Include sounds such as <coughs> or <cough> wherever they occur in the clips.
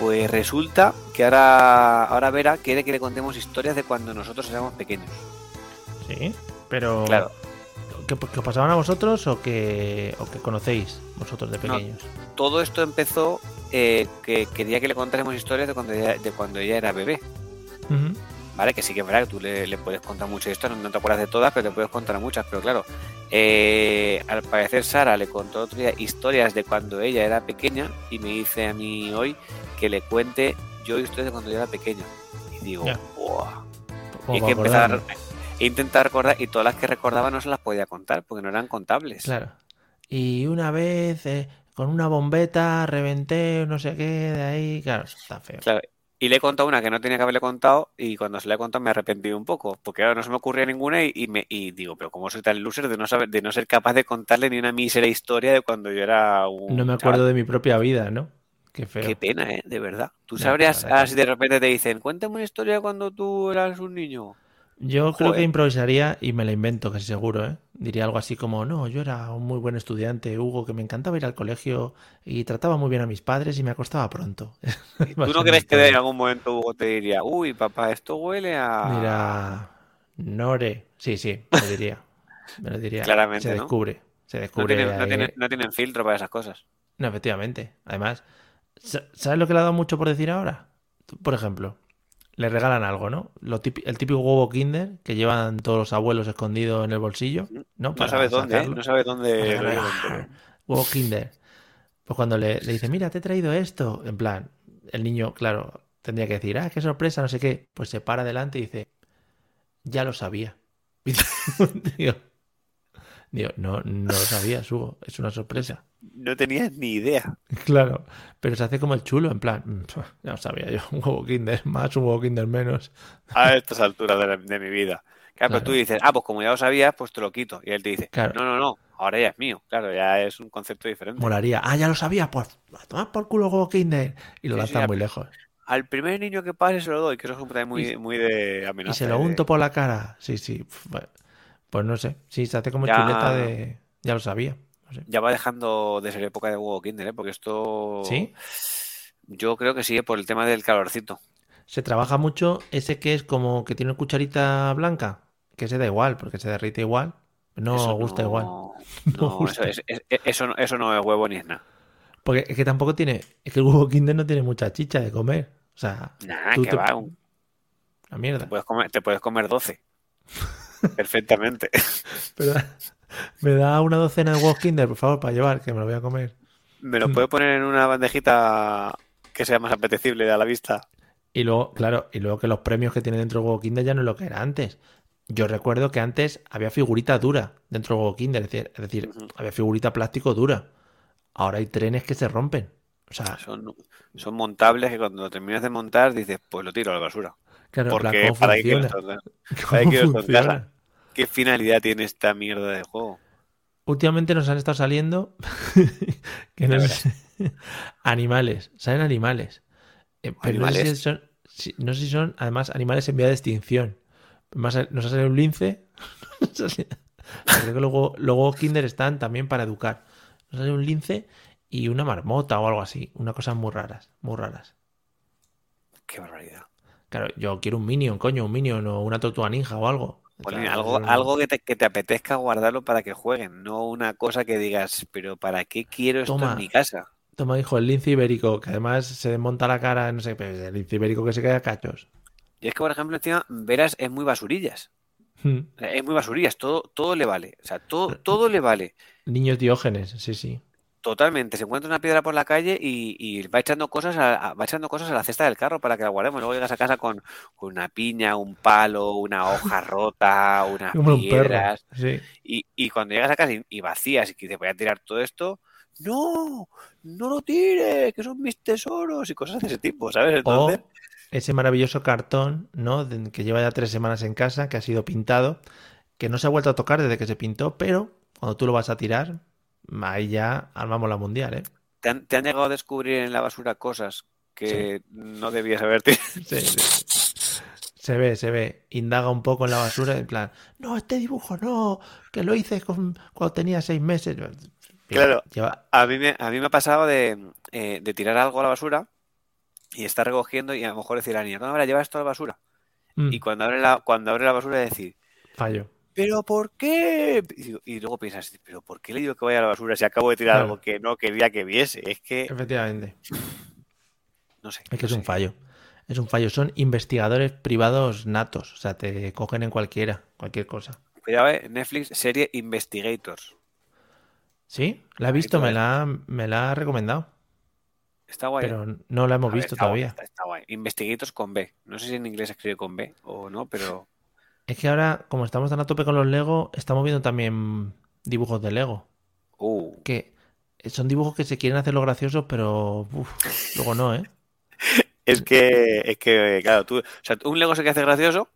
Pues resulta que ahora, ahora Vera quiere que le contemos historias de cuando nosotros éramos pequeños. Sí, pero. Claro. ¿Que, que os pasaban a vosotros o que, o que conocéis vosotros de No. pequeños? Todo esto empezó eh, que quería que le contáramos historias de cuando ella, de cuando ella era bebé. Ujú. Vale, que sí que es verdad que tú le, le puedes contar muchas historias, no te acuerdas de todas, pero te puedes contar muchas. Pero claro, eh, al parecer Sara le contó otro día historias de cuando ella era pequeña y me dice a mí hoy que le cuente yo historias de cuando yo era pequeña. Y digo, Ya. ¡buah! Y Como hay para que empezar acordarme. e intentar recordar, y todas las que recordaba no se las podía contar porque no eran contables. Claro. Y una vez eh, con una bombeta reventé no sé qué de ahí. Claro, eso está feo. Claro. Y le he contado una que no tenía que haberle contado y cuando se la he contado me he arrepentido un poco, porque ahora no se me ocurría ninguna y, y me, y digo, pero ¿cómo soy tan loser de no, saber, de no ser capaz de contarle ni una mísera historia de cuando yo era un... No me acuerdo de mi propia vida, ¿no? Qué feo. chaval? Qué pena, ¿eh? De verdad. Tú Ya, sabrías la verdad ah, si de repente te dicen, cuéntame una historia de cuando tú eras un niño. Yo creo Joder. que improvisaría y me la invento, casi seguro, ¿eh? Diría algo así como, no, yo era un muy buen estudiante, Hugo, que me encantaba ir al colegio y trataba muy bien a mis padres y me acostaba pronto. <laughs> Pues ¿Tú no crees que en algún momento Hugo te diría, uy, papá, esto huele a... Mira, Nore. Sí, sí, me lo diría. Me lo diría. <laughs> Claramente, Se ¿no? descubre. Se no, descubre. tienen, no, ahí- eh. tienen- no tienen filtro para esas cosas. No, efectivamente. Además, sa- ¿sabes lo que le ha dado mucho por decir ahora? Tú, Por ejemplo, le regalan algo, ¿no? Lo típi- el típico huevo Kinder que llevan todos los abuelos escondido en el bolsillo, ¿no? No Para sabes dónde, ¿eh? sacarlo. No sabes dónde... <laughs> Para regalar. Huevo Kinder. Pues cuando le, le dice, mira, te he traído esto, en plan, el niño, claro, tendría que decir, ah, qué sorpresa, no sé qué. Pues se para adelante y dice, ya lo sabía. <laughs> Digo, digo, no, no lo sabía, Hugo, es <laughs> una sorpresa. No tenías ni idea. Claro, pero se hace como el chulo, en plan, "Mm, pf, ya lo sabía yo, un huevo Kinder más, un huevo Kinder menos. a estas alturas de, la- de mi vida. Claro, pero Claro. tú dices, ah, pues como ya lo sabías, pues te lo quito. Y él te dice, Claro. no, no, no, ahora ya es mío. Claro, ya es un concepto diferente. Molaría, ah, ya lo sabía, pues a tomar por culo huevo Kinder. Y lo Sí, sí, lanzan ya, muy pero- lejos. Al primer niño que pase se lo doy, que eso es un también muy, Y- muy de Y amenaza. eh. se lo de- unto por la cara. Sí, sí. pf, va- Pues no sé. Sí, se hace como Ya. chuleta de. Ya lo sabía. No sé. Ya va dejando de ser época de huevo Kinder, ¿eh? porque esto... ¿Sí? Yo creo que sí, por el tema del calorcito. Se trabaja mucho ese que es como que tiene una cucharita blanca. Que se da igual, porque se derrite igual. No Eso gusta no- igual. <laughs> No, gusta. Eso, es- es- eso, no- eso no es huevo ni es nada. Porque es que tampoco tiene. Es que el huevo Kinder no tiene mucha chicha de comer. O sea, Nah, Pues Tú que te- va, un- la mierda. te, puedes comer, te puedes comer <laughs> 12. Perfectamente. Pero <laughs> me da una docena de huevos Kinder, por favor, para llevar, que me lo voy a comer. ¿Me lo puede poner en una bandejita que sea más apetecible a la vista? Y luego, claro, y luego que los premios que tiene dentro el huevo Kinder ya no es lo que era antes. Yo recuerdo que antes había figurita dura dentro del huevo Kinder, es decir, es decir, Ujú. había figurita plástico dura. Ahora hay trenes que se rompen. O sea, Son, son montables que cuando lo terminas de montar dices, pues lo tiro a la basura. claro, en plan, Porque ¿cómo para qué quiero funciona? esto? <laughs> ¿Cómo ahí quiero contarla. funciona? ¿Qué finalidad tiene esta mierda de juego? Últimamente nos han estado saliendo <laughs> que no Ya sé- <laughs> animales, salen animales. Eh, pero no sé, si ¿Animales? son, si- no sé si son, además, animales en vía de extinción. Más a- nos ha salido un lince. <laughs> Nos ha salido- Creo que luego, luego Kinder están también para educar. Nos ha salido un lince y una marmota o algo así. Una cosa muy raras, muy raras. Qué barbaridad. Claro, yo quiero un minion, coño, un minion o una tortuga ninja o algo. Ponle Claro, algo, no- algo que, te, que te apetezca guardarlo para que jueguen, no una cosa que digas, pero ¿para qué quiero esto Toma. en mi casa? Toma, hijo, el lince ibérico, que además se desmonta la cara, no sé, pero es el lince ibérico que se cae a cachos. Y es que, por ejemplo, encima, Veras es muy basurillas. Hmm. O sea, Es muy basurillas, todo, todo le vale. O sea, todo, todo le vale. Niños diógenes, sí, sí. Totalmente, se encuentra una piedra por la calle y, y va echando cosas a, a- va echando cosas a la cesta del carro para que la guardemos. Luego llegas a casa con, con una piña, un palo, una <laughs> hoja rota, unas Como un perro. piedras. Sí. Y, y cuando llegas a casa y, y vacías y que dices voy a tirar todo esto, no, no lo tires, que son mis tesoros y cosas de ese tipo, ¿sabes? O Entonces, ese maravilloso cartón, ¿no? De- Que lleva ya tres semanas en casa, que ha sido pintado, que no se ha vuelto a tocar desde que se pintó, pero cuando tú lo vas a tirar, ahí ya armamos la mundial, ¿eh? ¿te han, te han llegado a descubrir en la basura cosas que no debías haber tirado. Sí, sí, sí. Se ve, se ve. Indaga un poco en la basura, en plan, no, este dibujo no, que lo hice con- cuando tenía seis meses. Mira, Claro. lleva- A mí me, a mí me ha pasado de, eh, de tirar algo a la basura y estar recogiendo y a lo mejor decir a la niña, ¿cómo la llevas esto a la basura? Mm, Y cuando abre la, cuando abre la basura decir, fallo. ¿pero por qué? Y, digo- y luego piensas, ¿pero por qué le digo que vaya a la basura si acabo de tirar Claro. algo que no quería que viese? Es que, Efectivamente. no sé. Es que no es un sé. fallo. Es un fallo. Son investigadores privados natos. O sea, te cogen en cualquiera, cualquier cosa. Cuidado, eh, Netflix, serie Investigators. ¿Sí? La he Ahí visto, me todavía. la, me la ha recomendado. Está guay. ¿eh? Pero no la hemos A ver, visto está guay, todavía. está, está guay. Investigators con B. No sé si en inglés se escribe con B o no, pero Es que ahora, como estamos tan a tope con los Lego, estamos viendo también dibujos de Lego. uh, Que son dibujos que se quieren hacer los graciosos, pero uf, luego no, ¿eh? Es que, es que, claro, tú, o sea, un Lego se que hace gracioso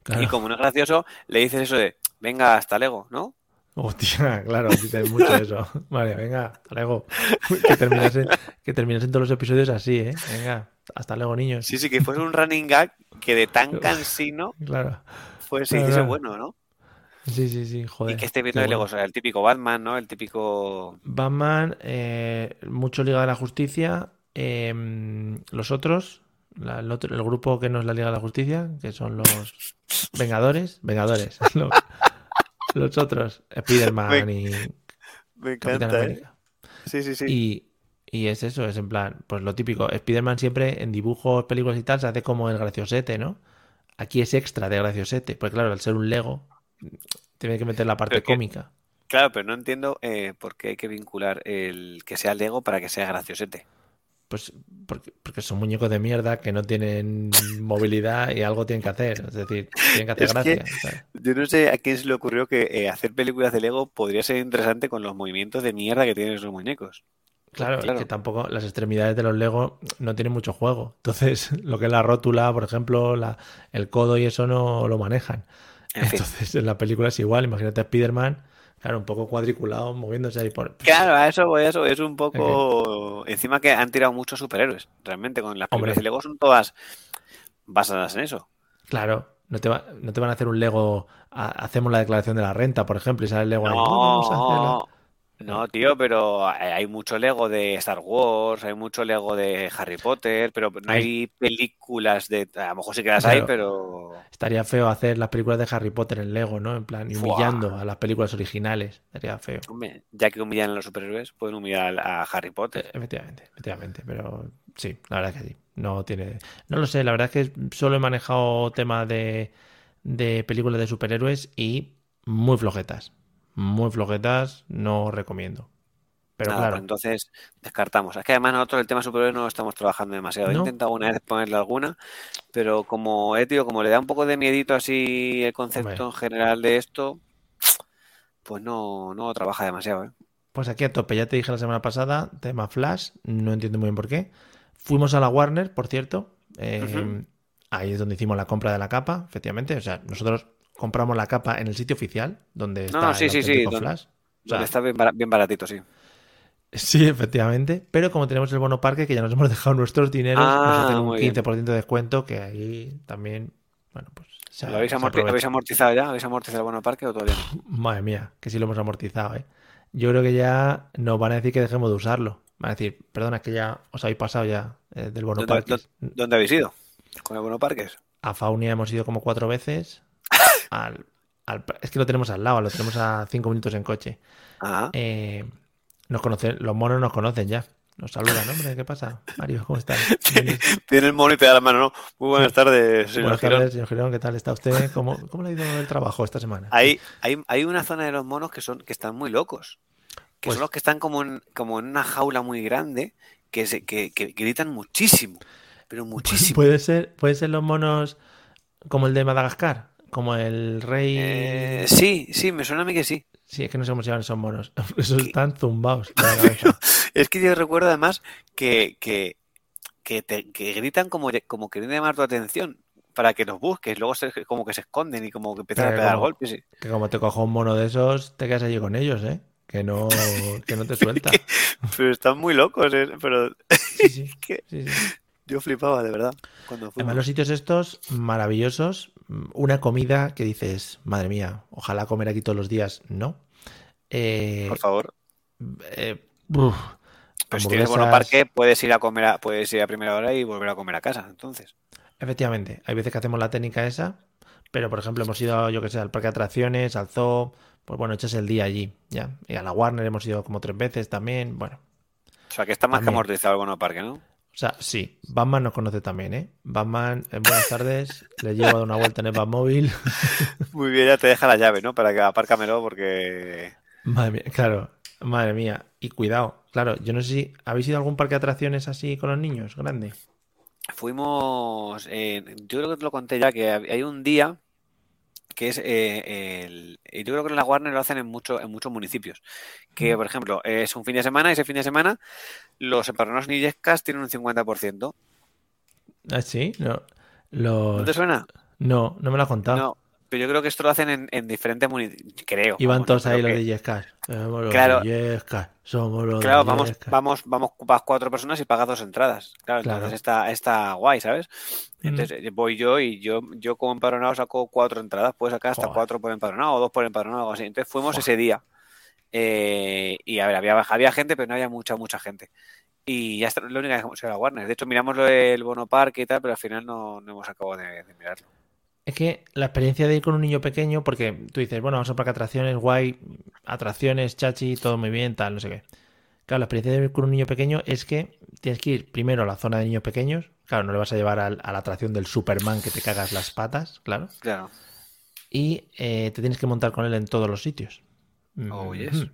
y Claro. como no es gracioso, le dices eso de, venga, hasta Lego, ¿no? Hostia, <laughs> claro, dices mucho eso. <laughs> Vale, venga, hasta luego. <laughs> Que terminas en, que terminas en todos los episodios así, ¿eh? Venga, hasta luego, niños. Sí, sí, que fuese un running gag que de <laughs> tan cansino Claro. pues se Claro, hiciese claro. bueno, ¿no? Sí, sí, sí, joder. Y que esté viendo qué de Lego, bueno. o sea, el típico Batman, ¿no? El típico... Batman, eh, mucho Liga de la Justicia, em, los otros, la- el, otro- el grupo que no es la Liga de la Justicia, que son los Vengadores, Vengadores, <laughs> los, los otros, Spider-Man y Me ¿eh? Capitán América. Sí, sí, sí. Y, y es eso, es en plan, pues lo típico, Spider-Man siempre en dibujos, películas y tal se hace como el graciosete, ¿no? Aquí es extra de graciosete, porque claro, al ser un Lego, tiene que meter la parte Pero que- cómica. Claro, pero no entiendo eh, por qué hay que vincular el que sea Lego para que sea graciosete. Pues porque, porque son muñecos de mierda que no tienen movilidad y algo tienen que hacer. Es decir, tienen que hacer Es que- gracia. ¿sabes? Yo no sé a quién se le ocurrió que eh, hacer películas de Lego podría ser interesante con los movimientos de mierda que tienen esos muñecos. Claro, Claro. que tampoco las extremidades de los Lego no tienen mucho juego. Entonces, <laughs> lo que es la rótula, por ejemplo, la, el codo y eso no lo manejan. En fin. Entonces, en la película es igual. Imagínate a Spider-Man, claro, un poco cuadriculado, moviéndose ahí por. Claro, a eso voy, a eso es un poco. Encima que han tirado muchos superhéroes, realmente, con las Hombre. películas de Lego son todas basadas en eso. Claro, no te, va- no te van a hacer un Lego. a- hacemos la declaración de la renta, por ejemplo, y sale el Lego ahí. "No, vamos a hacerla". No, no, tío, pero hay hay mucho Lego de Star Wars, hay mucho Lego de Harry Potter, pero no Hay- hay películas de. A lo mejor sí que las hay, Claro. pero. Estaría feo hacer las películas de Harry Potter en Lego, ¿no? En plan, y Fuá. humillando a las películas originales. Estaría feo. hombre, ya que humillan a los superhéroes, pueden humillar a a Harry Eh, Potter. Efectivamente, efectivamente. Pero sí, la verdad es que sí. No tiene. No lo sé, la verdad es que solo he manejado temas de, de películas de superhéroes y muy flojetas. Muy flojetas, no recomiendo. Pero Nada, pues claro, entonces descartamos. Es que además nosotros el tema superhéroes no lo estamos trabajando demasiado. He No. intentado una vez ponerle alguna, pero como eh, tío, como le da un poco de miedito así el concepto Hombre. en general de esto, pues no, no lo trabaja demasiado, ¿eh? pues aquí a tope, ya te dije la semana pasada, tema Flash, no entiendo muy bien por qué. Fuimos a la Warner, por cierto. eh, Ujú. Ahí es donde hicimos la compra de la capa, efectivamente. O sea, nosotros compramos la capa en el sitio oficial, donde está no, sí, el sí, sí, auténtico donde- Flash. O sea, Donde está bien, bara- bien baratito, sí. Sí, efectivamente. Pero como tenemos el bono parque, que ya nos hemos dejado nuestros dineros, Ah, nos hacen un muy bien. 15% de descuento, que ahí también, bueno, pues se, ¿Lo habéis, se amorti- aprovecha. habéis amortizado ya? ¿Habéis amortizado el bono parque o todavía no? Madre mía, que sí lo hemos amortizado, ¿eh? Yo creo que ya nos van a decir que dejemos de usarlo. Van a decir, perdona, es que ya os habéis pasado ya eh, del bono ¿Dónde, parque. dónde- dónde habéis ido? ¿Con el bono parques? A Faunia hemos ido como cuatro veces. <laughs> Al, al- es que lo tenemos al lado, lo tenemos a cinco minutos en coche. Ajá. Eh, nos conocen, los monos nos conocen ya. Nos saludan, hombre, ¿qué pasa? Mario, <laughs> ¿cómo estás? <laughs> Tiene el mono y te da la mano, ¿no? Muy buenas tardes, señor Buenas Girón. tardes, señor Girón, ¿qué tal está usted? ¿Cómo, cómo le ha ido el trabajo esta semana? Hay, hay, hay una zona de los monos que son que están muy locos. que Pues- son los que están como en, como en una jaula muy grande, que, se, que, que gritan muchísimo, pero muchísimo. Pues Puede ser, puede ser los monos como el de Madagascar, como el rey. Eh, sí, sí, me suena a mí que sí. Sí, es que no sé cómo se llaman esos monos. <laughs> Esos ¿Qué? <laughs> están zumbados. de la cabeza. Es que yo recuerdo además que, que, que, te- que gritan como, como queriendo llamar tu atención para que los busques, luego se- como que se esconden y como que empiezan a Pero pegar como- golpes. y- Que como te cojo un mono de esos, te quedas allí con ellos, ¿eh? Que no, <laughs> que no te suelta. Pero están muy locos, eh, pero Sí, sí. <laughs> que- sí, sí. yo flipaba, de verdad, cuando fui. Además, los sitios estos maravillosos, mm, una comida que dices, madre mía, ojalá comer aquí todos los días. No. Eh, Por favor. eh, bruf, Pero si tienes bueno hamburguesas. parque, puedes ir a comer a, puedes ir a primera hora y volver a comer a casa, entonces. Efectivamente, hay veces que hacemos la técnica esa, pero por ejemplo hemos ido, yo que sé, al parque de atracciones, al zoo, pues bueno, echas el día allí, ya. Y a la Warner hemos ido como tres veces también, bueno. O sea, que está más que También. amortizado el Bono Parque, ¿no? O sea, sí, Batman nos conoce también, ¿eh? Batman, eh, buenas tardes, le llevo a dar una vuelta en el Batmóvil. <laughs> <laughs> Muy bien, ya te deja la llave, ¿no? Para que apárcamelo porque... Madre mía, claro, madre mía. Y cuidado, claro, yo no sé si habéis ido a algún parque de atracciones así con los niños, grande. Fuimos, eh, yo creo que te lo conté ya, que hab- hay un día que es eh, el, y yo creo que en la Warner lo hacen en muchos en muchos municipios, que por ejemplo es un fin de semana y ese fin de semana los empadronados nillescas tienen un 50%. ¿Ah, sí? No, ¿No te los... suena? no, no me lo has contado. No, pero yo creo que esto lo hacen en, en diferentes municipios, creo. Iban vamos, todos no ahí creo los que- de Yescas. Somos los Claro. de Yescas, Somos los de Claro, vamos, Yescas. vamos, vamos, vas cuatro personas y pagas dos entradas. Claro, Claro. entonces está, está guay, ¿sabes? Mm. Entonces eh, voy yo y yo, yo como empadronado saco cuatro entradas, puedo sacar hasta Joder. cuatro por empadronado o dos por empadronado, algo así. Entonces fuimos ese día. Eh, y a ver, había, había gente, pero no había mucha, mucha gente. Y ya está, lo único que hemos ido a la Warner. De hecho, miramos lo del Bono Parque y tal, pero al final no, no hemos acabado de, de mirarlo. Es que la experiencia de ir con un niño pequeño, porque tú dices, bueno, vamos a parque de atracciones, guay, atracciones, chachi, todo muy bien, tal, no sé qué. Claro, la experiencia de ir con un niño pequeño es que tienes que ir primero a la zona de niños pequeños. Claro, no le vas a llevar al- a la atracción del Superman que te cagas las patas, claro. Claro. Y eh, te tienes que montar con él en todos los sitios. Oh, Mhm. yes.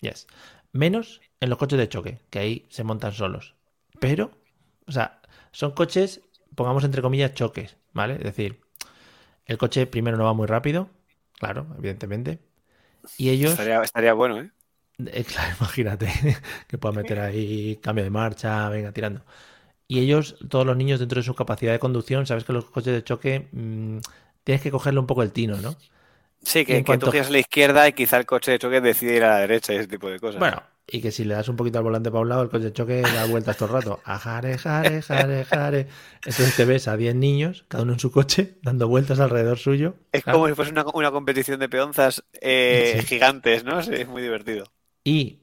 Yes. Menos en los coches de choque, que ahí se montan solos. Pero, o sea, son coches, pongamos entre comillas, choques, ¿vale? Es decir, el coche primero no va muy rápido, claro, evidentemente. Y ellos, Estaría, estaría bueno, ¿eh? <laughs> eh, claro, imagínate, <laughs> que puedan meter ahí cambio de marcha, venga, tirando. Y ellos, todos los niños dentro de su capacidad de conducción, sabes que los coches de choque mm, tienes que cogerle un poco el tino, ¿no? Sí, Y que, en que cuanto- tú giras a la izquierda y quizá el coche de choque decide ir a la derecha y ese tipo de cosas. Bueno, y que si le das un poquito al volante para un lado, el coche de choque da vueltas todo el rato. <laughs> Ajare, jare, jare, jare. Entonces te ves a 10 niños, cada uno en su coche, dando vueltas alrededor suyo. Es Claro. como si fuese una, una competición de peonzas eh, Sí. gigantes, ¿no? Sí, es muy divertido. Y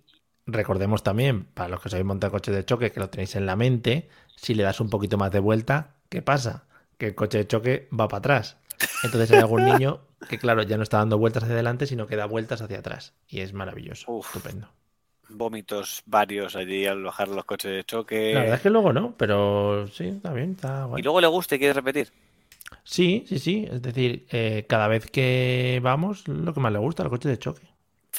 recordemos también, para los que os habéis montado coche de choque, que lo tenéis en la mente, si le das un poquito más de vuelta, ¿qué pasa? Que el coche de choque va para atrás. Entonces hay algún niño que, claro, ya no está dando vueltas hacia adelante, sino que da vueltas hacia atrás. Y es maravilloso, Uf. estupendo. Vómitos varios allí al bajar los coches de choque. La verdad es que luego no, pero sí, está bien, está guay. Y luego le gusta y quiere repetir. Sí, sí, sí. Es decir, eh, cada vez que vamos, lo que más le gusta, el coche de choque.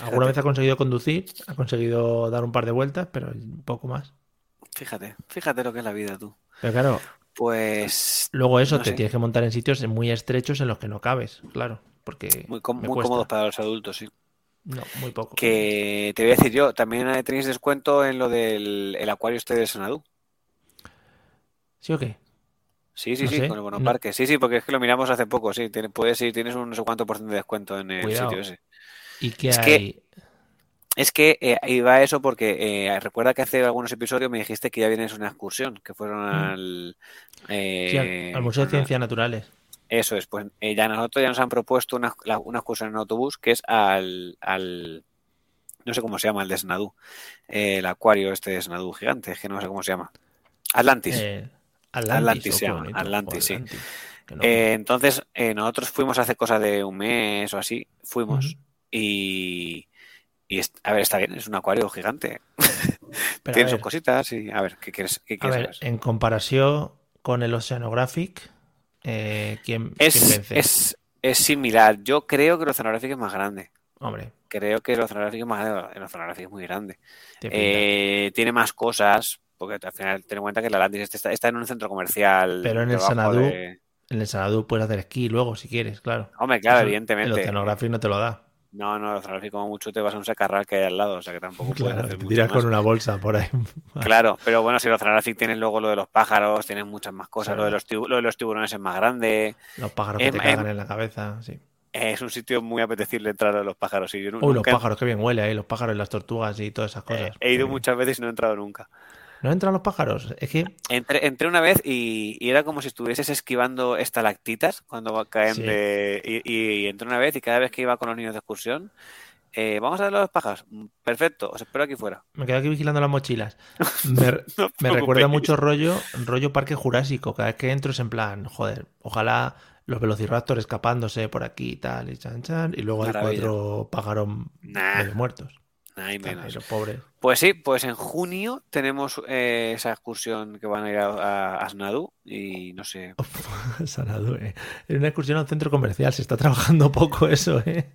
Alguna vez ha conseguido conducir, ha conseguido dar un par de vueltas, pero poco más. Fíjate, fíjate lo que es la vida tú. Pero claro, Pues luego eso, No te sé. tienes que montar en sitios muy estrechos en los que no cabes, claro. Porque muy, com- me muy cuesta. Pues cómodos para los adultos, sí. No, muy poco. Que te voy a decir yo, también eh, tenéis descuento en lo del el acuario este de Sanadú. ¿Sí o qué? Sí, sí, No sí, sé, con el no. Bonoparque. Sí, sí, porque es que lo miramos hace poco, sí. Tiene- puedes ir, tienes un no sé cuánto por ciento de descuento en el Cuidado. sitio ese. ¿Y qué Es que- hay? Es que eh, iba a eso porque eh, recuerda que hace algunos episodios me dijiste que ya vienes una excursión, que fueron al... Mm. Sí, al- eh, al Museo de bueno, Ciencias Naturales. Eso es, pues eh, ya nosotros ya nos han propuesto una, la- una excursión en autobús que es al, al... No sé cómo se llama, el de Xanadu. Eh, el acuario este de Xanadu gigante, es que no sé cómo se llama. Atlantis. Eh, Atlantis oh, se qué llama, bonito. Atlantis, sí. qué nombre. Eh, entonces, eh, nosotros fuimos hace cosa de un mes o así, fuimos Ujú. y... y es- a ver, está bien, es un acuario gigante. Pero a Tiene sus ver, cositas y a ver, ¿qué quieres, qué A quieres ver, eh, saber? en comparación con el Oceanographic, eh, ¿quién, quién Es, vence? es, es similar. Yo creo que el oceanográfico es más grande. Hombre, creo que el oceanográfico es más, el oceanográfico es muy grande. Tiene pinta. Eh, tiene más cosas, porque al final ten en cuenta que el Atlantis este está, está en un centro comercial. Pero en el debajo Sanadú- de- En el Sanadú puedes hacer esquí luego si quieres, claro. Hombre, claro, Eso, El evidentemente. oceanográfico no te lo da. No, no, el oceanográfico como mucho te vas a un sacarral que hay al lado, o sea que tampoco puedes Claro, hacer te mucho tiras más. con una bolsa por <laughs> ahí. Claro, pero bueno, si el Oceanographic tienes luego lo de los pájaros, tienes muchas más cosas, Claro. lo, de los tibu- lo de los tiburones es más grande, Los pájaros que Em, te em. cagan en la cabeza, sí. es un sitio muy apetecible entrar a los pájaros. y yo nu- Uy, los nunca he- pájaros, qué bien huele ahí, los pájaros y las tortugas y todas esas eh, cosas. he ido Qué bien. muchas veces y no he entrado nunca. ¿No entran los pájaros? Es que Entré, entré una vez y, y era como si estuvieses esquivando estalactitas cuando va- caen Sí. de... Y, y- y entré una vez y cada vez que iba con los niños de excursión, eh, vamos a ver los pájaros. Mm, Perfecto, os espero aquí fuera. me quedo aquí vigilando <laughs> las mochilas. Me, me No os recuerda preocupéis. mucho rollo, rollo parque jurásico. Cada vez que entro es en plan, joder, ojalá los velociraptors escapándose por aquí y tal, y chan chan, y luego hay Maravilla. cuatro pájaros Nah. medio muertos. Nada y Ay, menos. los pobres. <laughs> Pues sí, pues en junio tenemos eh, esa excursión que van a ir a, a- a Xanadu y no sé. Sanadú, eh. En una excursión a un centro comercial, se está trabajando poco eso, eh.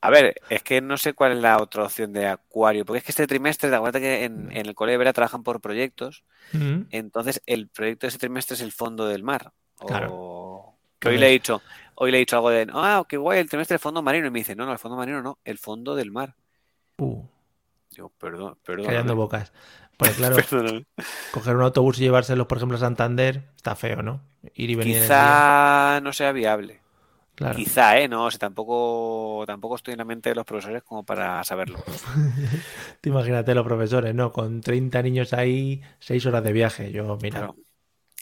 A ver, es que no sé cuál es la otra opción de acuario, porque es que este trimestre, te acuerdas que en, en el cole de Vera trabajan por proyectos, Mm. entonces el proyecto de este trimestre es el fondo del mar. O- Que hoy Entonces- le he dicho, hoy le he dicho algo de, ah, qué guay, el trimestre del fondo marino. Y me dice, no, no, el fondo marino no, el fondo del mar. Uh, Digo, perdón, perdón. callando bocas. Porque claro, <laughs> <laughs> Perdóname. coger un autobús y llevárselos, por ejemplo, a Santander, está feo, ¿no? Ir y venir en el día. Quizá no sea viable. Claro. Quizá, ¿eh? No, o sea, tampoco, tampoco estoy en la mente de los profesores como para saberlo. Tú imagínate los profesores, ¿no? Con 30 niños ahí, 6 horas de viaje. Yo, mira. Claro.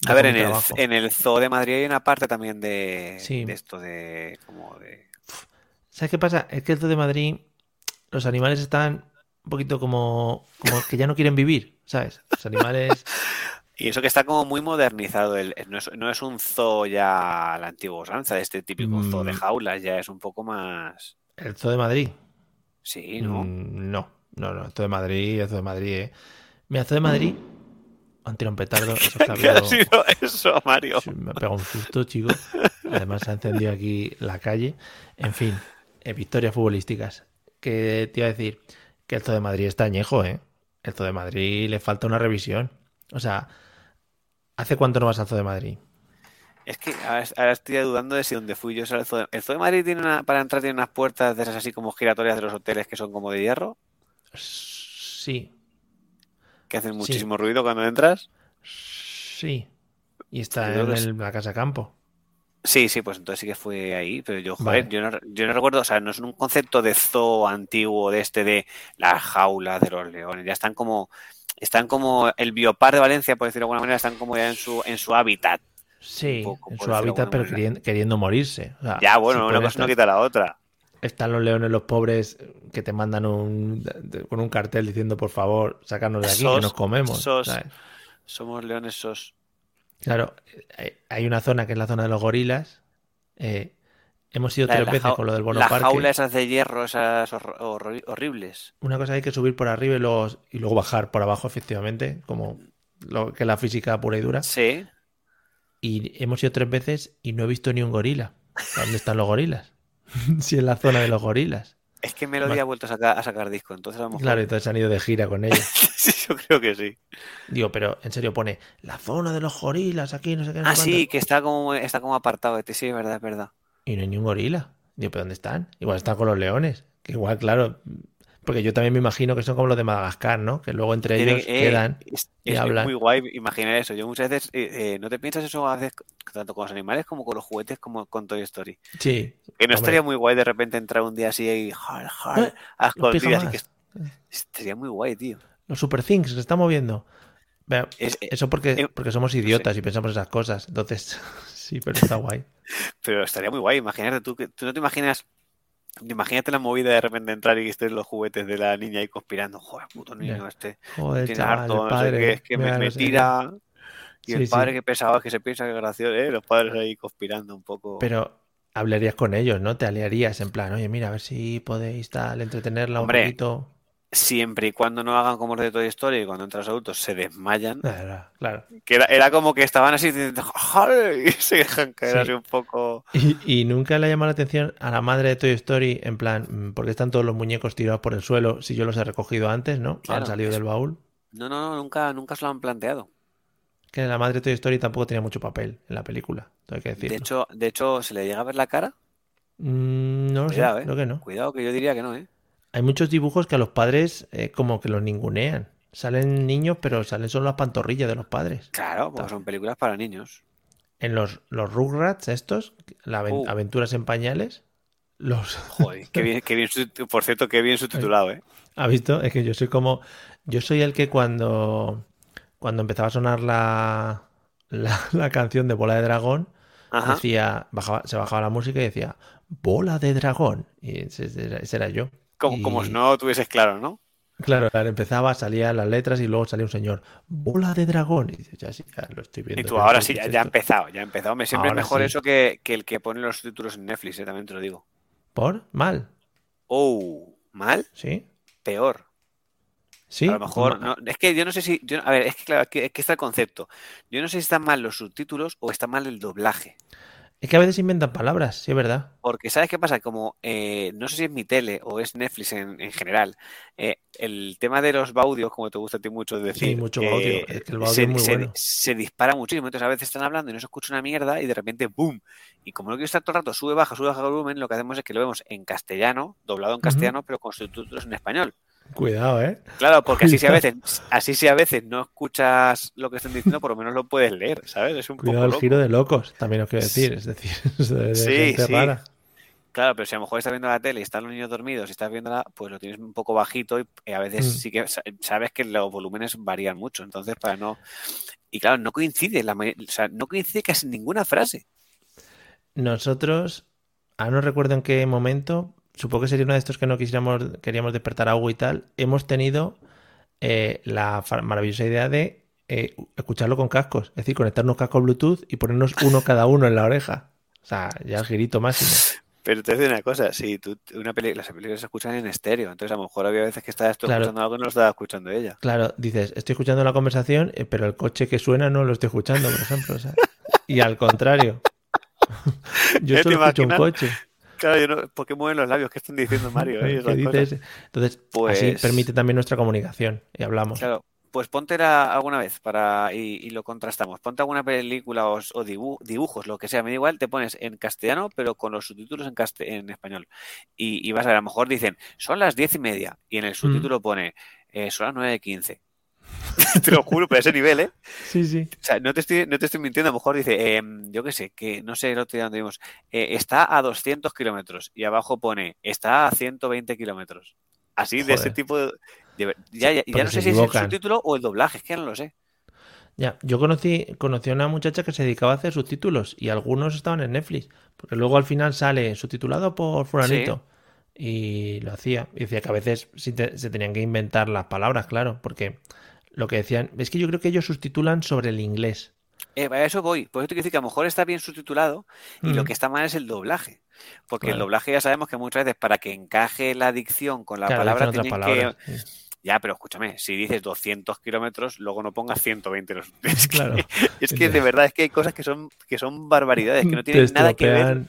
A dejo ver, mi en el, trabajo. en el Zoo de Madrid hay una parte también de, Sí. de esto de, como de... ¿Sabes qué pasa? Es que el Zoo de Madrid, los animales están un poquito como, como que ya no quieren vivir, ¿sabes? Los <laughs> animales. Y eso que está como muy modernizado, el, no, es, no es un zoo ya a la antigua usanza, de este típico zoo de Mm. jaulas, ya es un poco más... El Zoo de Madrid. Sí, ¿no? <laughs> Mm, no, no, no. El Zoo de Madrid, el Zoo de Madrid, ¿eh? Mira, el Zoo de Madrid. Han tirado un petardo. Eso que <laughs> ha ¿Qué ha habido- sido eso, <laughs> Mario? Sí, me ha pegado un susto, chico. Además, se ha encendido aquí la calle. En fin, eh, victorias futbolísticas. Que te iba a decir que el Zoo de Madrid está añejo, ¿eh? El Zoo de Madrid le falta una revisión. O sea, ¿hace cuánto no vas al Zoo de Madrid? Es que ahora, ahora estoy dudando de si donde fui yo es el zoo de... ¿El zoo de Madrid tiene una, para entrar tiene unas puertas de esas así como giratorias de los hoteles que son como de hierro? Sí, que hacen muchísimo ruido cuando entras. sí. Y está Yo en creo que el- la Casa Campo. Sí, sí, pues entonces sí que fue ahí, pero yo, joder, Vale. yo no, yo no recuerdo, o sea, no es un concepto de zoo antiguo, de este, de las jaulas de los leones, ya están como, están como el biopar de Valencia, por decirlo de alguna manera, están como ya en su, en su hábitat. Sí, Un poco, en por su decirlo de hábitat, alguna pero manera. queriendo, queriendo morirse. O sea, Ya, si bueno, una pueden cosa no estar- quita la otra. Están los leones, los pobres, que te mandan un, de- con un cartel diciendo, por favor, sácanos de aquí, que Sos, nos comemos. sos. ¿sabes? Somos leones sos. Claro, hay- hay una zona que es la zona de los gorilas. eh, hemos ido La- tres la veces jau- con lo del bono Las parque. jaulas esas de hierro, esas hor- hor- horribles. Una cosa hay que subir por arriba y luego, y luego bajar por abajo, efectivamente, como lo que es la física pura y dura. Sí. Y hemos ido tres veces y no he visto ni un gorila. ¿Dónde están los gorilas? <laughs> Si es la zona de los gorilas. Es que Melody Vale. ha vuelto a sacar, a sacar disco, entonces a lo mejor. Claro, entonces se han ido de gira con ellos. <laughs> Sí, yo creo que sí. Digo, pero en serio pone la zona de los gorilas aquí, no sé qué. no sé Ah, sí, cuánto". que está como, está como apartado. este, Sí, es verdad, es verdad. Y no hay ni un gorila. Digo, ¿pero dónde están? Igual están con los leones. Que igual, claro. Porque yo también me imagino que son como los de Madagascar, ¿no? Que luego entre Tiene- ellos eh, quedan. es, y es hablan. muy guay imaginar eso. Yo muchas veces, eh, eh, ¿no te piensas eso a veces tanto con los animales como con los juguetes como con Toy Story? Sí. Que no Hombre. estaría muy guay de repente entrar un día así y jar, jar, Eh, a Los escondidas, y pijamas, que estaría muy guay, tío. los super things que se están moviendo. Pero Es- eh, eso porque, eh, porque somos idiotas y pensamos esas cosas. Entonces, <laughs> sí, pero está guay. Pero estaría muy guay imaginarte tú que tú no te imaginas Imagínate la movida de repente entrar y estén los juguetes de la niña ahí conspirando. Joder, puto niño Ya. este. Joder, Tiene chaval, harto, el no sé padre. qué, es que me, mira, me no sé qué. tira. Y el Sí, sí. padre que pensaba que se piensa que es gracioso, ¿eh? Los padres ahí conspirando un poco. Pero hablarías con ellos, ¿no? Te aliarías en plan, oye, mira, a ver si podéis tal, entretenerla Hombre, un poquito. siempre y cuando no hagan como los de Toy Story, cuando entran los adultos se desmayan. Claro, claro. Que era, era como que estaban así diciendo, "Joder", y se dejan caer Sí. así un poco. Y, y nunca le ha llamado la atención a la madre de Toy Story, en plan, porque están todos los muñecos tirados por el suelo, si yo los he recogido antes, ¿no? Claro. Han salido del baúl. No, no, no, nunca, nunca se lo han planteado. Que la madre de Toy Story tampoco tenía mucho papel en la película, tengo que decir. De hecho, de hecho, se le llega a ver la cara. Mm, no lo sé, Cuidado, eh. creo que no. Cuidado, que yo diría que no, ¿eh? Hay muchos dibujos que a los padres eh, como que los ningunean. Salen niños, pero salen solo las pantorrillas de los padres. Claro, porque son películas para niños. En los, los Rugrats estos, la aven- Uh. aventuras en pañales, los... Joder, qué bien, qué bien su- por cierto, qué bien subtitulado, ¿eh? ¿Has visto? Es que yo soy como. Yo soy el que cuando. Cuando empezaba a sonar la, la, la canción de Bola de Dragón, Ajá. decía, bajaba, se bajaba la música y decía, Bola de Dragón. Y ese, ese- ese era yo. Como, como Y- si no lo tuvieses claro, ¿no? Claro, claro, empezaba, salían las letras y luego salía un señor, Bola de Dragón. Y dices, ya, sí, ya lo estoy viendo. Y tú pero ahora ¿qué sí, ya, es ya ha esto? empezado, ya ha empezado. Hombre, siempre Ahora es mejor sí. eso que, que el que pone los subtítulos en Netflix, ¿eh? también te lo digo. ¿Por? ¿Mal? Oh, mal, ¿Sí? peor. ¿Sí? A lo mejor, Ma- no, es que yo no sé si, yo- a ver, es que claro, es que, es que está el concepto. Yo no sé si están mal los subtítulos o está mal el doblaje. Es que a veces inventan palabras, sí, es verdad. Porque, ¿sabes qué pasa? Como, eh, no sé si es mi tele o es Netflix en, en general, eh, el tema de los baudios, como te gusta a ti mucho decir, mucho eh, baudio. Es que el baudio se, es muy se- bueno. se dispara muchísimo. Entonces, a veces están hablando y no se escucha una mierda y de repente, ¡boom! Y como no quiero estar todo el rato, sube, baja, sube, baja el volumen, lo que hacemos es que lo vemos en castellano, doblado en castellano, pero con subtítulos en español. Cuidado, ¿eh? Claro, porque así si a Cuidado. veces, así si a veces no escuchas lo que están diciendo, por lo menos lo puedes leer, ¿sabes? Es un Cuidado poco el loco. giro de locos, también os quiero decir. Es decir, <laughs> es de, de Sí, gente sí. rara. Claro, pero si a lo mejor estás viendo la tele y están los niños dormidos y estás viéndola, pues lo tienes un poco bajito y eh, a veces Mm. sí que sa- sabes que los volúmenes varían mucho. Entonces, para no. Y claro, no coincide, la may- o sea, no coincide casi ninguna frase. Nosotros, ah, no recuerdo en qué momento, supongo que sería uno de estos que no quisiéramos, queríamos despertar a Hugo y tal, hemos tenido eh, la fa- maravillosa idea de eh, escucharlo con cascos, es decir, conectarnos cascos Bluetooth y ponernos uno cada uno en la oreja. O sea, ya el girito máximo. Pero te digo una cosa, si tú, una peli, las películas se escuchan en estéreo, entonces a lo mejor había veces que estabas tú Claro. escuchando algo y no lo estabas escuchando ella. Claro, dices, estoy escuchando la conversación, eh, pero el coche que suena no lo estoy escuchando, por ejemplo. o sea, y <laughs> al contrario. Yo Ya te solo escucho un imaginas coche. Claro, yo no, ¿por qué mueven los labios? ¿Qué están diciendo <laughs> Mario? eh? ¿Qué Esas cosas. dices? Entonces, así Pues- permite también nuestra comunicación y hablamos. Claro, pues ponte la- alguna vez para y, y lo contrastamos. Ponte alguna película o, o dibu- dibujos, lo que sea, me da igual, te pones en castellano, pero con los subtítulos en, caste- en español. Y, y vas a ver, a lo mejor dicen, son las diez y media, y en el subtítulo pone, eh, son las nueve y quince. <laughs> Te lo juro, pero a ese nivel, ¿eh? Sí, sí. O sea, no te estoy, no te estoy mintiendo, a lo mejor dice, em, yo qué sé, que no sé el otro día dónde vimos, eh, está a 200 kilómetros y abajo pone, está a 120 kilómetros. Así de ese Joder. tipo de... de- ya, ya, ya Porque no sé se si es el equivocan. subtítulo o el doblaje, es que ya no lo sé. Ya, yo conocí, conocí a una muchacha que se dedicaba a hacer subtítulos y algunos estaban en Netflix, porque luego al final sale subtitulado por fulanito y lo hacía. Y decía que a veces sí te- se tenían que inventar las palabras, claro, porque lo que decían, es que yo creo que ellos sustitulan sobre el inglés. Eh, a eso voy. Por eso te quiero decir que a lo mejor está bien subtitulado y lo Mm. que está mal es el doblaje. Porque el Claro. doblaje ya sabemos que muchas veces para que encaje la dicción con la Claro, palabra dicen tienen otras que... palabras. <laughs> Sí. Ya, pero escúchame, si dices 200 kilómetros, luego no pongas 120. <laughs> Los... Es que, Claro. <laughs> es que de verdad es que hay cosas que son, que son barbaridades, que no Te tienen nada que ver. estropean el No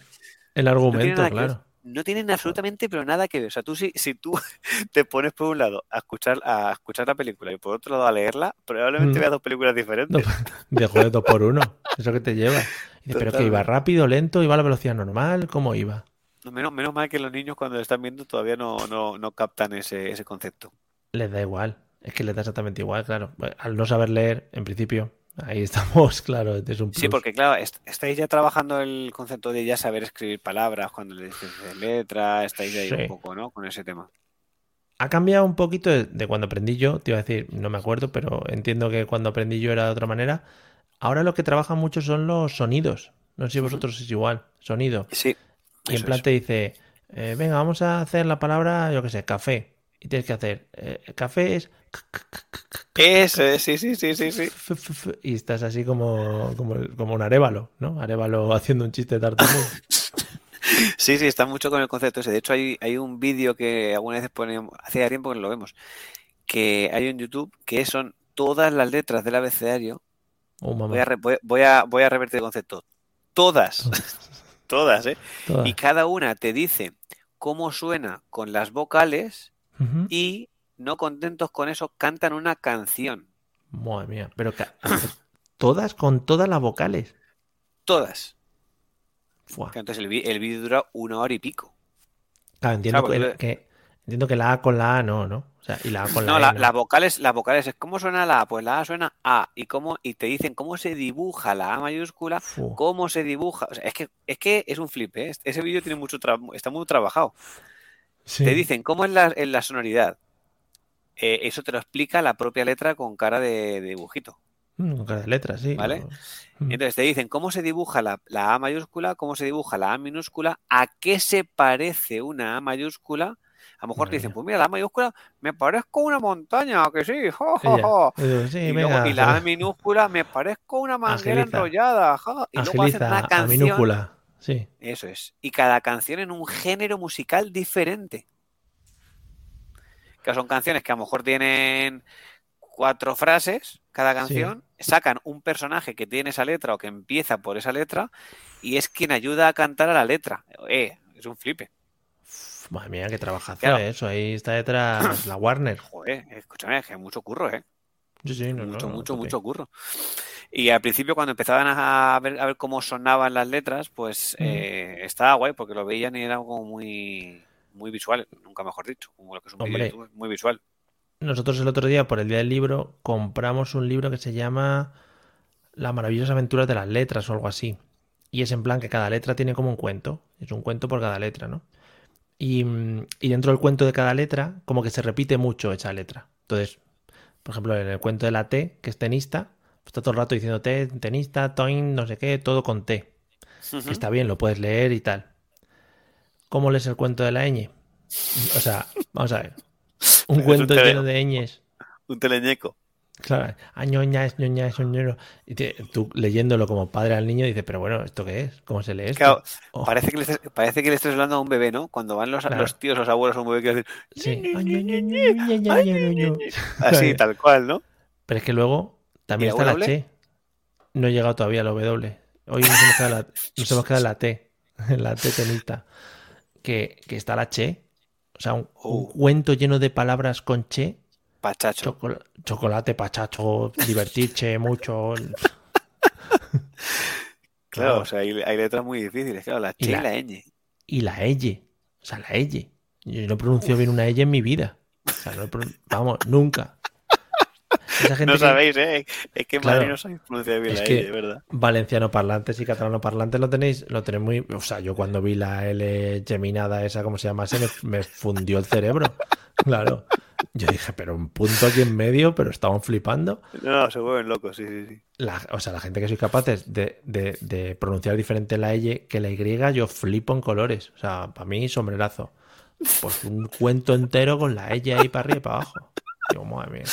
tienen, argumento, nada que ver. claro. No tienen absolutamente pero nada que ver. O sea, tú si, si tú <laughs> te pones por un lado a escuchar, a escuchar la película y por otro lado a leerla, probablemente Mm. veas dos películas diferentes. De joder, dos <laughs> por uno. Eso que te lleva. Y dices, pero que iba Totalmente. rápido, lento, iba a la velocidad normal, ¿cómo iba? Menos, menos mal que los niños cuando lo están viendo todavía no, no, no captan ese, ese concepto. Les da igual. Es que les da exactamente igual, claro. Pues, Al no saber leer, en principio, ahí <laughs> estamos, claro, este es un Sí, plus. porque claro, est- estáis ya trabajando el concepto de ya saber escribir palabras cuando le dices de letra, estáis ahí un Sí. poco, ¿no? Con ese tema. Ha cambiado un poquito de, de cuando aprendí yo, te iba a decir, no me acuerdo, pero entiendo que cuando aprendí yo era de otra manera. Ahora lo que trabajan mucho son los sonidos. No sé si vosotros es igual, sonido. Sí. Y en eso plan es. te dice, eh, venga, vamos a hacer la palabra, yo qué sé, café. Y tienes que hacer, eh, café es... Eso es, sí, sí, sí, sí, sí. f- f- f- Y <laughs> estás <laughs> así como, como, como un arevalo, ¿no? Arévalo haciendo un chiste tartamudo. Sí, sí, está mucho con el concepto ese. De hecho, hay, hay un vídeo que algunas veces ponemos, hace ya tiempo que no lo vemos, que hay en YouTube, que son todas las letras del abecedario. Oh, Voy a, mamá. re- voy, voy a, voy a revertir el concepto. Todas, <laughs> todas, ¿eh? Todas. Y cada una te dice cómo suena con las vocales Ujú. y, no contentos con eso, cantan una canción. Madre mía. Pero ca- <coughs> todas con todas las vocales. Todas. Fua. Que Entonces el, vi- el vídeo dura una hora y pico. Claro, entiendo, Claro, que, porque- que- entiendo que la A con la A no, ¿no? O sea, y la A con la No, E, la- ¿no? las vocales, las vocales es cómo suena la A, pues la A suena A y cómo y te dicen cómo se dibuja la A mayúscula, Fu. cómo se dibuja, o sea, es que es que es un flip, ¿eh? Ese vídeo tiene mucho tra- está muy trabajado. Sí. Te dicen cómo es la, en la sonoridad. Eh, eso te lo explica la propia letra con cara de, de dibujito. Mm, Con cada letra, sí. ¿Vale? o- Mm. Entonces te dicen cómo se dibuja la, la A mayúscula, cómo se dibuja la A minúscula, a qué se parece una A mayúscula. A lo mejor Madre te dicen, mía. pues mira, la A mayúscula me parezco una montaña, ¿a que sí, jo, Sí, jo, ya. jo". Y digo, sí, y, luego- venga, y la A pero- minúscula me parezco una manguera Agiliza. enrollada. ja. Y luego hacen agiliza una a canción. minúscula. Sí. Eso es. Y cada canción en un género musical diferente. Que son canciones que a lo mejor tienen cuatro frases cada canción, sacan un personaje que tiene esa letra o que empieza por esa letra y es quien ayuda a cantar a la letra. Eh, es un flipe. Uf, madre mía, qué trabajazo Claro. eh, eso. Ahí está detrás la Warner. Joder, escúchame, es que mucho curro, ¿eh? Sí, sí, no, no, mucho, no, mucho, tope. mucho curro. Y al principio, cuando empezaban a ver, a ver cómo sonaban las letras, pues Ujú. eh, estaba guay, porque lo veían y era algo muy, muy visual, nunca mejor dicho, como lo que es un vídeo de Hombre. YouTube, muy visual. Nosotros el otro día, por el día del libro, compramos un libro que se llama Las maravillosas aventuras de las letras o algo así. Y es en plan que cada letra tiene como un cuento. Es un cuento por cada letra, ¿no? Y, mm, y dentro del cuento de cada letra, como que se repite mucho esa letra. Entonces, por ejemplo, en el cuento de la T, que es tenista, pues está todo el rato diciendo T, tenista, toin, no sé qué, todo con T. Ujú. que está bien, lo puedes leer y tal. ¿Cómo lees el cuento de la ñ? O sea, vamos a ver. Un Es un cuento TVO. lleno de ñes. Un teleñeco. Claro, añoña, es ñoña, es ñoñero. Y te- tú leyéndolo como padre al niño dices, pero bueno, ¿esto qué es? ¿Cómo se lee esto? Claro, Oh, parece, que le estés, parece que le estés hablando a un bebé, ¿no? Cuando van los, Claro. los tíos, los abuelos a un bebé que dicen <laughs> sí. Añoñoñoñoñoñoñoño. así, tal cual, ¿no? Pero es que luego también ¿Y la está la W? Che. No he llegado todavía a la W. Hoy nos hemos quedado en la, nos hemos quedado en la T, en la T tenista. Que, que está la Che. O sea, un, un Oh. cuento lleno de palabras con Che. Pachacho. Chocola- chocolate, pachacho, divertirche mucho. Claro, o sea, hay, hay letras muy difíciles, claro, la Y Che y la- la Ñ. Y la L. O sea, la L. Yo no pronuncio bien una L en mi vida. O sea, no pron- vamos, nunca. Esa gente No que- sabéis, ¿eh? Es que en Claro. Madrid no sabéis pronunciar bien Es la que- Ñ, ¿verdad? Valenciano parlantes y catalano parlantes lo tenéis, lo tenéis muy. O sea, yo cuando vi la L geminada esa, como se llama, se me, me fundió el cerebro. Claro. Yo dije, pero un punto aquí en medio, pero estaban flipando. No, no, se vuelven locos, sí, sí, sí. La- o sea, la gente que soy capaces de, de- de pronunciar diferente la Y que la Y, yo flipo en colores. O sea, para mí, sombrerazo. Pues un cuento entero con la L ahí para arriba y para abajo. Digo, madre mía.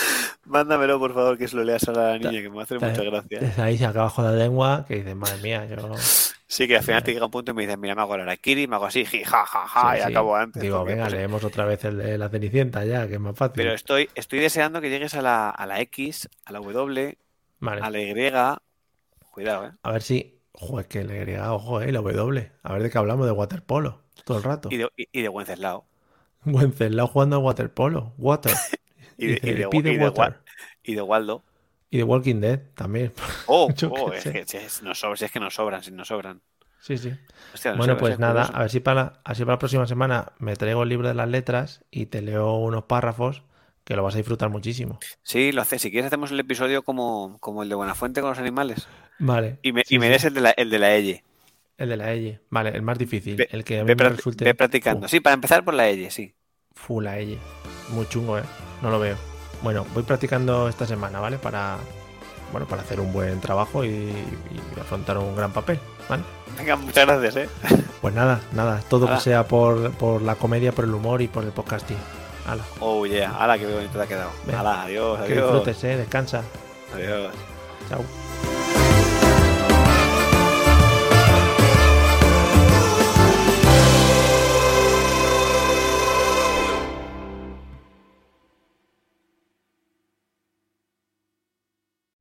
Mándamelo, por favor, que se lo leas a la niña, que me hace mucha gracia. Desde ahí se acaba abajo la lengua que dices, madre mía, yo. Sí, que al final te llega un punto y me dices, mira, me hago el Arakiri, me hago así, ji, ja, ja, ja, Sí, y sí. Ah, acabo antes. Digo, porque, venga, pues, leemos otra vez el de la Cenicienta ya, que es más fácil. Pero estoy, estoy deseando que llegues a la, a la X, a la W, Vale, a la Y. Cuidado, ¿eh? a ver si... Joder, que le agrega, ojo, eh, la W. A ver de qué hablamos, de waterpolo, todo el rato. Y de, y, y de Wenceslao. Wenceslao jugando a waterpolo, water. <laughs> Y de, Dice, y de- pide y de Wa- water. y de Waldo. Y de Walking Dead también. Oh, <laughs> Yo oh, qué es, sé. que, si es- nos sobra- si es que nos sobran, si nos sobran. sí, sí. Hostia, nos Bueno, sobra, pues es nada, curioso. a ver si para, la- así para la próxima semana me traigo el libro de las letras y te leo unos párrafos que lo vas a disfrutar muchísimo. Sí, lo haces. Si quieres, hacemos el episodio como, como el de Buenafuente con los animales. Vale. Y me, sí, y me sí. des el de la, el de la L. El de la L. Vale, el más difícil. Ve- el que a mí Ve, me practi- resulte. ve practicando. Uf. Sí, para empezar por la L, sí. Full a ella. Muy chungo, ¿eh? No lo veo. Bueno, voy practicando esta semana, ¿vale? Para, bueno, para hacer un buen trabajo y, y afrontar un gran papel, ¿vale? Venga, muchas gracias, ¿eh? Pues nada, nada, todo Ala. que sea por, por la comedia, por el humor y por el podcasting. Hala, Oh, yeah. Ala, qué bonito te ha quedado. Venga. Ala, adiós, que adiós. disfrutes, ¿eh? Descansa. Adiós. Chao. Thank